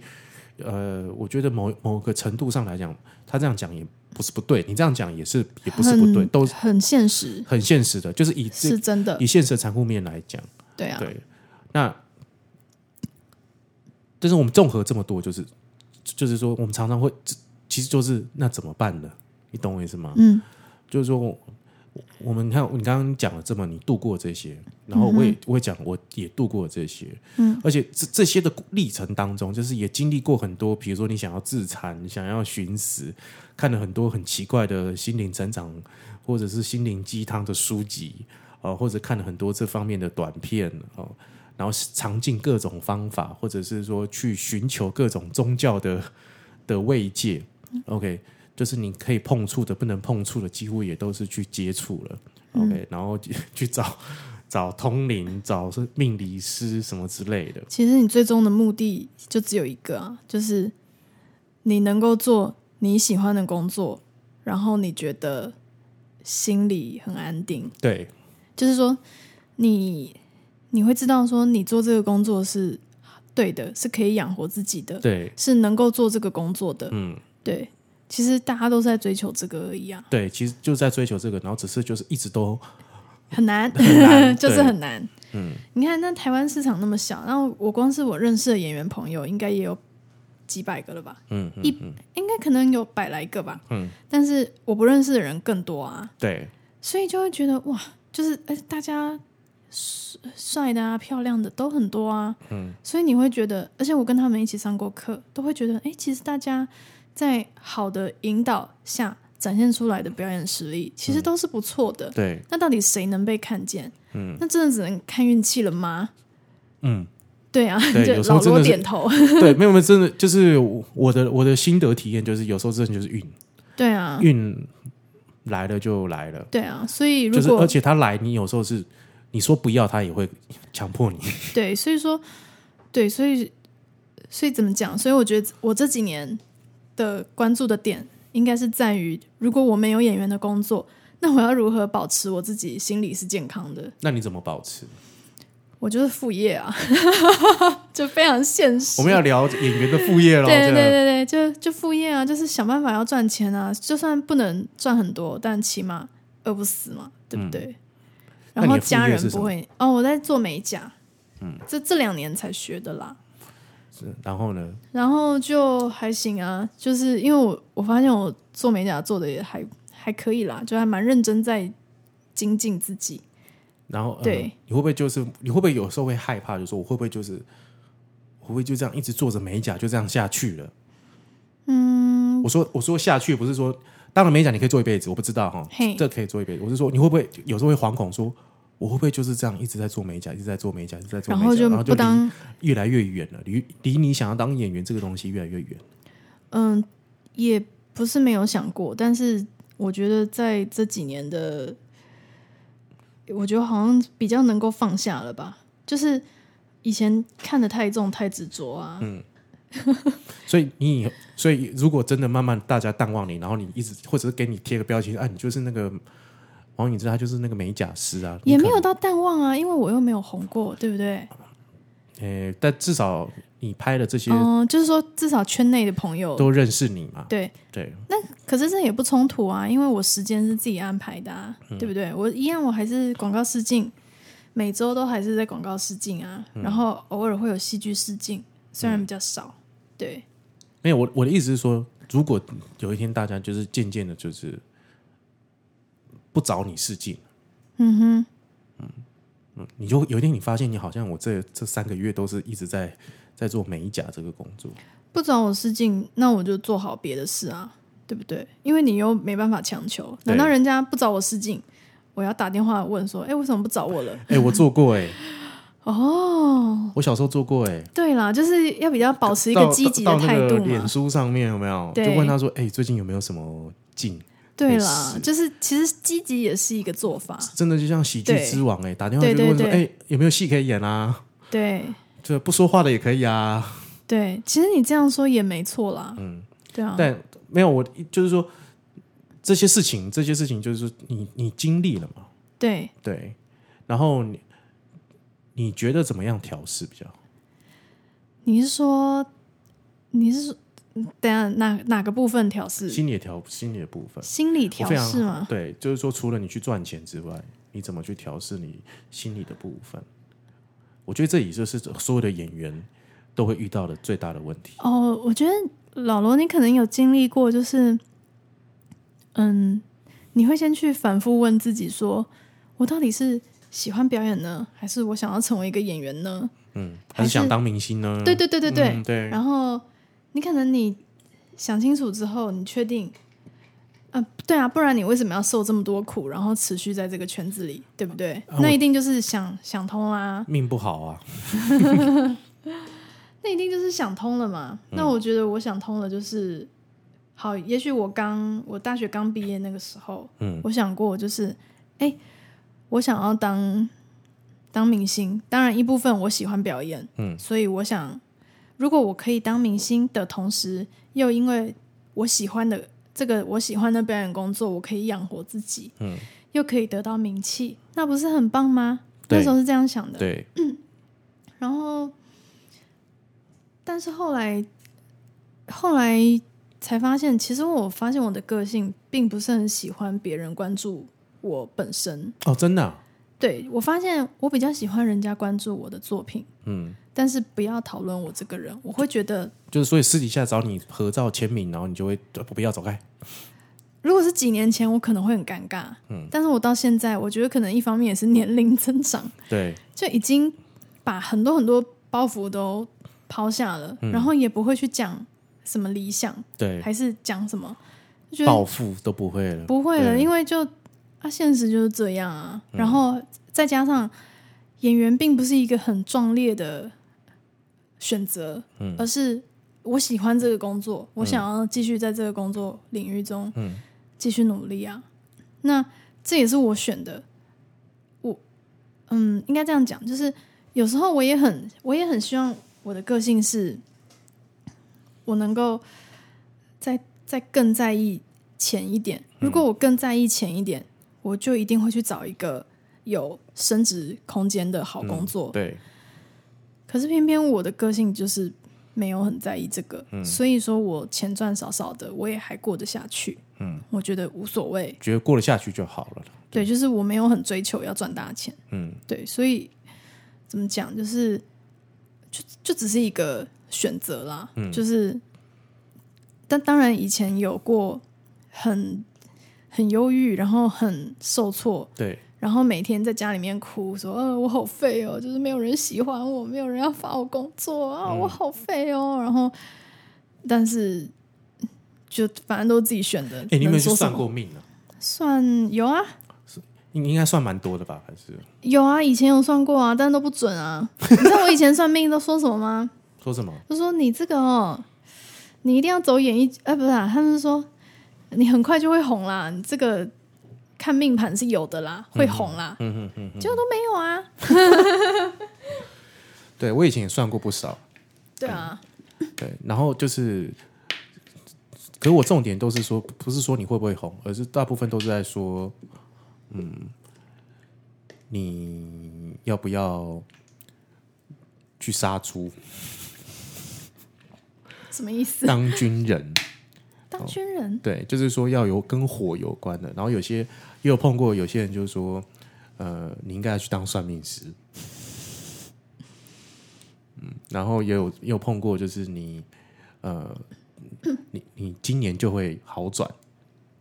S1: 呃，我觉得某某个程度上来讲，他这样讲也不是不对，你这样讲也是也不是不对，
S2: 很
S1: 都是
S2: 很现实，
S1: 很现实的，就是以这
S2: 是真的
S1: 以，现实的残酷面来讲，
S2: 对啊，
S1: 对，那但是我们综合这么多，就是就是说，我们常常会，这其实就是那怎么办呢？你懂我意思吗？
S2: 嗯，
S1: 就是说我，我们看你刚刚讲了这么，你度过这些，然后我也、我也讲，我也度过这些，嗯，而且这这些的历程当中，就是也经历过很多，比如说你想要自残，你想要寻死，看了很多很奇怪的心灵成长或者是心灵鸡汤的书籍，呃，或者看了很多这方面的短片哦、然后尝尽各种方法，或者是说去寻求各种宗教的的慰藉。OK，就是你可以碰触的、不能碰触的，几乎也都是去接触了。OK，、然
S2: 嗯
S1: 后去去找找通灵、找是命理师什么之类的。
S2: 其实你最终的目的就只有一个啊，就是你能够做你喜欢的工作，然后你觉得心里很安定，
S1: 对，
S2: 就是说你你会知道说你做这个工作是对的，是可以养活自己的，
S1: 对，
S2: 是能够做这个工作的。
S1: 嗯，
S2: 对，其实大家都是在追求这个而已啊，
S1: 对，其实就在追求这个，然后只是就是一直都
S2: 很难，
S1: 难
S2: 就是
S1: 对
S2: 很难。嗯，你看那台湾市场那么小，然后我光是我认识的演员朋友，应该也有几百个了吧？
S1: 嗯，嗯
S2: 一应该可能有百来个吧，
S1: 嗯，
S2: 但是我不认识的人更多啊，
S1: 对，
S2: 所以就会觉得哇，就是哎、大家帅帅的啊、漂亮的都很多啊，嗯，所以你会觉得，而且我跟他们一起上过课，都会觉得，哎、其实大家在好的引导下，展现出来的表演实
S1: 嗯
S2: 力，其实都是不错的。
S1: 对，
S2: 那到底谁能被看见？嗯，那真的只能看运气了吗？
S1: 嗯，
S2: 对啊，
S1: 对有
S2: 就
S1: 时候
S2: 老
S1: 真的
S2: 罗
S1: 是
S2: 点头。
S1: 对，没有没有，真的就是我的我的心得体验就是，有时候真的就是运
S2: 对啊，
S1: 运来了就来了，
S2: 对啊，所以如
S1: 就是呃
S2: 果、
S1: 而且他来，你有时候是你说不要，他也会强迫你。
S2: 对，所以说，对，所以所以怎么讲？所以我觉得我这几年的关注的点应该是在于，如果我没有演员的工作，那我要如何保持我自己心理是健康的？
S1: 那你怎么保持？
S2: 我就是副业啊， 就非常现实。
S1: 我们要聊演员的副业喽，
S2: 对对
S1: 这样
S2: 对对，就就副业啊，就是想办法要赚钱啊，就算不能赚很多，但起码饿不死嘛，对不对？
S1: 嗯那
S2: 然后
S1: 你的副
S2: 家
S1: 业
S2: 人
S1: 是什
S2: 不
S1: 么
S2: 会哦，我在做美甲，嗯，这这两年才学的啦。
S1: 是然后呢？
S2: 然后就还行啊，就是因为我我发现我做美甲做的也还还可以啦，就还蛮认真在精进自己。
S1: 然后、呃、
S2: 对，
S1: 你会不会就是你会不会有时候会害怕，就说我会不会就是我会不会就这样一直做着美甲就这样下去了？嗯，我说我说下去不是说当然美甲你可以做一辈子，我不知道哈
S2: 嘿，
S1: 这可以做一辈子。我是说你会不会有时候会惶恐说？我会不会就是这样一直在做美甲，一直在做美甲，一直在做
S2: 然
S1: 美甲，然
S2: 后
S1: 后
S2: 就不
S1: 离
S2: 当
S1: 越来越远了，离离你想要当演员这个东西越来越远。
S2: 嗯，也不是没有想过，但是我觉得在这几年的，我觉得好像比较能够放下了吧。就是以前看得太重、太执着啊，
S1: 嗯所以你以后，所以如果真的慢慢大家淡忘你，然后你一直或者是给你贴个标签，啊，你就是那个王宇之，他就是那个美甲师啊，
S2: 也
S1: 你
S2: 没
S1: 可
S2: 有到淡忘啊，因为我又没有红过，对不对？
S1: 能，呃，但至少你拍的这些
S2: 嗯、就是说至少圈内的朋友
S1: 都认识你嘛，
S2: 对，
S1: 对，
S2: 可是这也不冲突啊，因为我时间是自己安排的、啊，
S1: 嗯
S2: 对不对？我一样，我还是广告试镜，每周都还是在广告试镜啊，
S1: 嗯
S2: 然后偶尔会有戏剧试镜，虽然比较少，对，
S1: 没有我我的意思是说，如果有一天大家就是渐渐的，就是不找你试镜，嗯哼，嗯你就有一天你发现你好像我这这三个月都是一直在在做美甲这个工作，
S2: 不找我试镜，那我就做好别的事啊，对不对？因为你又没办法强求，
S1: 对
S2: 难道人家不找我试镜，我要打电话问说，哎，为什么不找我了？
S1: 哎、我做过哎、
S2: 哦，
S1: 我小时候做过哎、
S2: 对啦，就是要比较保持一个
S1: 到
S2: 积极的
S1: 到到那
S2: 态
S1: 个
S2: 度嘛，
S1: 脸书上面有没有？就
S2: 对
S1: 问他说：“哎、最近有没有什么进
S2: 对
S1: 也
S2: 啦
S1: 是，
S2: 就是其实积极也是一个做法，？”
S1: 真的就像喜剧
S2: 对
S1: 之王哎、打电话就
S2: 对对
S1: 问说：“哎、
S2: 对
S1: 有没有戏可以演啊？
S2: 对。
S1: 就不说话的也可以啊。
S2: 对，其实你这样说也没错啦。嗯，对啊，
S1: 但没有我就是说这些事情，这些事情就是你你经历了嘛，
S2: 对
S1: 对，然后你你觉得怎么样调试比较
S2: 嗯
S1: 好？
S2: 你是说你是说，嗯等一下哪哪个部分调试？
S1: 心理的调心理的部分，
S2: 心理调
S1: 我非常
S2: 试吗？
S1: 对，就是说除了你去赚钱之外，你怎么去调试你心理的部分？我觉得这也就是所有的演员都会遇到的最大的问题。
S2: 哦，我觉得老罗，你可能有经历过，就是嗯，你会先去反复问自己说，我到底是喜欢表演呢，还是我想要成为一个演员呢？
S1: 嗯，还
S2: 还
S1: 是想
S2: 是
S1: 当明星呢？
S2: 对对对对对，
S1: 嗯对，
S2: 然后你可能你想清楚之后，你确定，啊，对啊，不然你为什么要受这么多苦，然后持续在这个圈子里，对不对？
S1: 啊
S2: 那
S1: 我
S2: 一定就是想想通啦、
S1: 命不好啊。
S2: 那一定就是想通了嘛。
S1: 嗯
S2: 那我觉得我想通了，就是好，也许我刚我大学刚毕业那个时候，
S1: 嗯，
S2: 我想过就是，哎，我想要当当明星，当然一部分我喜欢表演，
S1: 嗯
S2: 所以我想，如果我可以当明星的同时，又因为我喜欢的这个我喜欢的表演工作，我可以养活自己，
S1: 嗯，
S2: 又可以得到名气，那不是很棒吗？
S1: 对
S2: 那时候是这样想的，
S1: 对，
S2: 然后，但是后来，后来才发现，其实我发现我的个性并不是很喜欢别人关注我本身。
S1: 哦，真的啊、
S2: 对我发现，我比较喜欢人家关注我的作品，
S1: 嗯，
S2: 但是不要讨论我这个人，我会觉得，
S1: 就是所以私底下找你合照签名，然后你就会呃不要走开。
S2: 如果是几年前，我可能会很尴尬。嗯，但是我到现在，我觉得可能一方面也是年龄增长，
S1: 对，
S2: 就已经把很多很多包袱都抛下了，然后也不会去讲什么理想。
S1: 对，
S2: 还是讲什么就觉得
S1: 暴富都不会了，
S2: 不会了，
S1: 对嗯
S2: 因为就啊，现实就是这样啊。然后再加上演员并不是一个很壮烈的选择，
S1: 嗯
S2: 而是我喜欢这个工作，我想要继续在这个工作领域中
S1: 嗯
S2: 继续努力啊。那这也是我选的，我嗯，应该这样讲，就是有时候我也很，我也很希望我的个性是，我能够再再更在意浅一点。如
S1: 嗯
S2: 果我更在意浅一点，我就一定会去找一个有升值空间的好工作。
S1: 嗯对，
S2: 可是偏偏我的个性就是没有很在意这个，
S1: 嗯
S2: 所以说我钱赚少少的，我也还过得下去。
S1: 嗯，
S2: 我觉得无所谓。
S1: 觉得过得下去就好了啦。
S2: 对，就是我没有很追求要赚大钱。
S1: 嗯，
S2: 对，所以怎么讲，就是就就只是一个选择啦，
S1: 嗯
S2: 就是，但当然以前有过很很忧郁，然后很受挫，
S1: 对，
S2: 然后每天在家里面哭，说：“呃，我好废哦，就是没有人喜欢我，没有人要发我工作
S1: 嗯
S2: 啊，我好废哦。”然后，但是就反正都是自己选的，
S1: 哎，你有没
S2: 能
S1: 有去
S2: 说什
S1: 算
S2: 么
S1: 过？命啊？
S2: 算有啊，
S1: 应应该算蛮多的吧？还是
S2: 有啊，以前有算过啊，但都不准啊。 你知道我以前算命都说什么吗？
S1: 说什么？
S2: 就说你这个哦，你一定要走演艺，呃，不是、啊，他们说你很快就会红啦，你这个看命盘是有的啦，会红啦，
S1: 嗯嗯嗯，
S2: 结果都没有啊。
S1: 对我以前也算过不少，
S2: 对啊，
S1: 对，然后就是，可是我重点都是说，不是说你会不会红，而是大部分都是在说，嗯，你要不要去杀猪，
S2: 什么意思？
S1: 当军人？
S2: 当军人
S1: 对，就是说要有跟火有关的。然后有些也有碰过，有些人就是说，呃，你应该要去当算命师。嗯，然后也有也有碰过，就是你，呃，你你今年就会好转，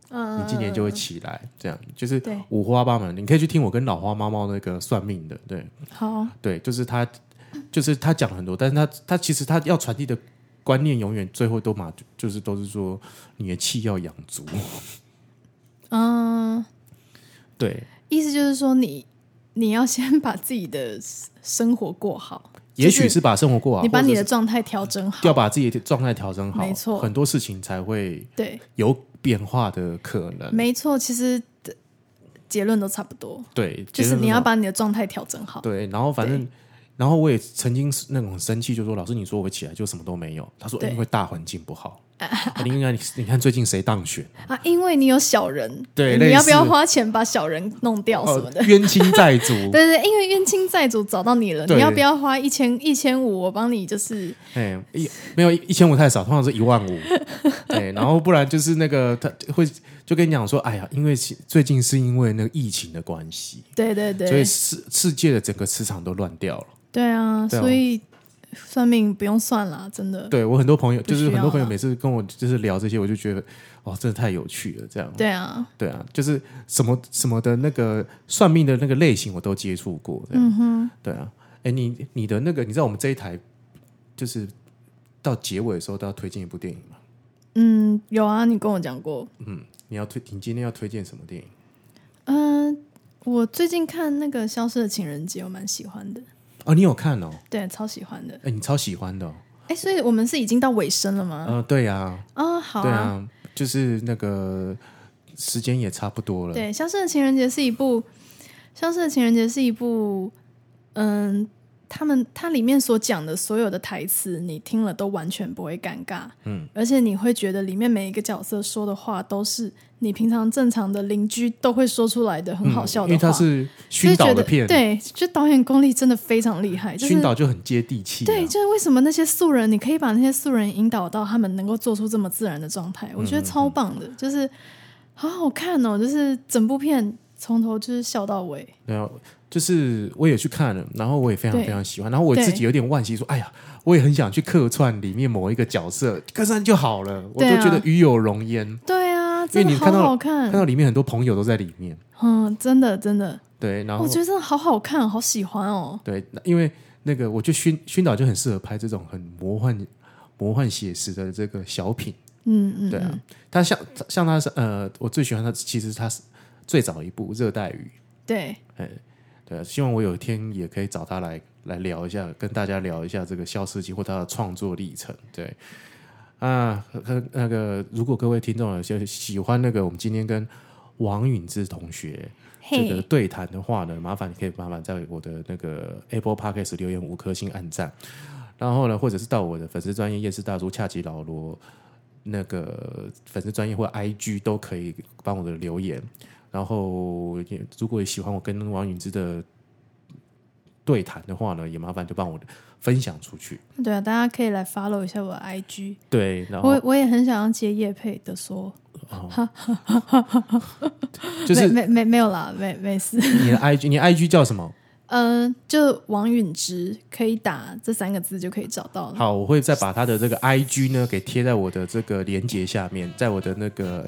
S1: 嗯，你今年就会起来，这样就是
S2: 对
S1: 五花八门。你可以去听我跟老花猫猫那个算命的，对，
S2: 好，
S1: 对，就是他，就是他讲很多，但是他他其实他要传递的观念，永远最后都嘛，就是都是说你的气要养足。
S2: 嗯、
S1: 对，
S2: 意思就是说你你要先把自己的生活过好，
S1: 也许是把生活过好，
S2: 你把
S1: 或者
S2: 你的
S1: 是
S2: 状态调整好
S1: 要，把自己的状态调整好，
S2: 没错
S1: 很多事情才会
S2: 对，
S1: 有变化的可能。
S2: 没错，其实呃结论都差不多，
S1: 对，结
S2: 就是
S1: 论
S2: 你要
S1: 这种
S2: 把你的状态调整好。
S1: 对，然后反正。然后我也曾经是那种生气，就说老师，你说我起来就什么都没有。他说，哎
S2: 对
S1: 因为大环境不 好。啊你应该，你你看最近谁当选？
S2: 啊，因为你有小人，
S1: 对
S2: 你要
S1: 类
S2: 不
S1: 似
S2: 要花钱把小人弄掉什么的？
S1: 哦冤亲债主。
S2: 对对，对因为冤亲债主找到你了，
S1: 对
S2: 你要不要花一千一千五，我帮你就是
S1: 哎、一没有一千五太少，通常是一万 五。对，然后不然就是那个他会就跟你讲说，哎呀，因为其最近是因为那个疫情的关系，
S2: 对对
S1: 所以
S2: 对，
S1: 世世界的整个磁场都乱掉了。
S2: 对啊，
S1: 对啊
S2: 所以算命不用算啦，真的，
S1: 对我很多朋友，
S2: 不
S1: 就
S2: 需要
S1: 是很多朋友
S2: 了
S1: 每次跟我就是聊这些，我就觉得哦，真的太有趣了，这样。
S2: 对啊，
S1: 对啊，就是什么什么的那个算命的那个类型我都接触过，这样。嗯哼，对啊，哎，你你的那个，你知道我们这一台就是到结尾的时候都要推荐一部电影吗？
S2: 嗯，有啊，你跟我讲过，
S1: 你要推，你今天要推荐什么电影？
S2: 嗯、我最近看那个《消失的情人节》，我蛮喜欢的，
S1: 哦，你有看哦？
S2: 对，超喜欢的。
S1: 哎，你超喜欢的、哦。
S2: 哎，所以我们是已经到尾声了吗？
S1: 呃，对啊，
S2: 啊、好
S1: 对啊，就是那个时间也差不多了。
S2: 对，《消失的情人节》是一部，《消失的情人节》是一部，嗯，他们它里面所讲的所有的台词，你听了都完全不会尴尬，嗯，而且你会觉得里面每一个角色说的话都是你平常正常的邻居都会说出来的很
S1: 嗯，
S2: 好笑
S1: 因
S2: 的
S1: 为
S2: 话，
S1: 它是
S2: 就
S1: 熏
S2: 是觉
S1: 导
S2: 得
S1: 的片，，
S2: 对，就导演功力真的非常厉害，就是
S1: 熏导就很接地气、啊。
S2: 对，就是为什么那些素人，你可以把那些素人引导到他们能够做出这么自然的状
S1: 嗯
S2: 态，我觉得超棒的，就是好好看哦，就是整部片从头就是笑到尾，
S1: 然后就是我也去看了，然后我也非常
S2: 对
S1: 非常喜欢，然后我自己有点惋惜说，哎呀，我也很想去客串里面某一个角色，客串就好了，我
S2: 对
S1: 都
S2: 啊
S1: 觉得与有容焉。
S2: 对啊，
S1: 因为
S2: 真的
S1: 你看
S2: 好
S1: 到
S2: 好
S1: 看到
S2: 看，
S1: 里面很多朋友都在里面，
S2: 嗯，真的真的，
S1: 对，然后
S2: 我觉得真的好好看，好喜欢哦，
S1: 对，那因为那个我觉得熏熏导就很适合拍这种很魔幻、魔幻写实的这个小品，
S2: 嗯嗯，
S1: 对啊，他像像他是呃，我最喜欢他，其实他是最早一部《热带雨
S2: 对》，
S1: 对啊，希望我有一天也可以找他来来聊一下，跟大家聊一下这个肖斯基或他的创作历程，对。啊，和那个，如果各位听众有些喜欢那个，我们今天跟王允之同学这个
S2: 嘿，
S1: 对谈的话呢，麻烦可以麻烦在我的那个 Apple Podcast 留言五颗星按赞，然后呢，或者是到我的粉丝专业夜市大叔恰吉老罗那个粉丝专业或 IG 都可以帮我的留言。然后也如果喜欢我跟王允之的对谈的话呢，也麻烦就帮我分享出去。
S2: 对啊，大家可以来 follow 一下我的 IG，
S1: 对，然后
S2: 我我也很想要接叶配的说，
S1: 就是
S2: 没没没没有啦，没没事，
S1: 你的 IG，你的 IG 叫什么？
S2: 嗯，就王允之可以打这三个字就可以找到了。
S1: 好，我会再把他的这个 IG 呢给贴在我的这个连接下面，在我的那个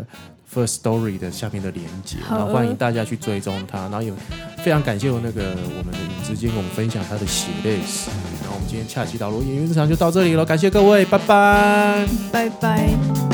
S1: First Story 的下面的连接，
S2: 好
S1: 然
S2: 哦
S1: 后欢迎大家去追踪他。然后也非常感谢我那个我们的影之间跟我们分享他的血泪史。然后我们今天恰吉导罗演员日常就到这里了，感谢各位，拜拜。
S2: 拜拜。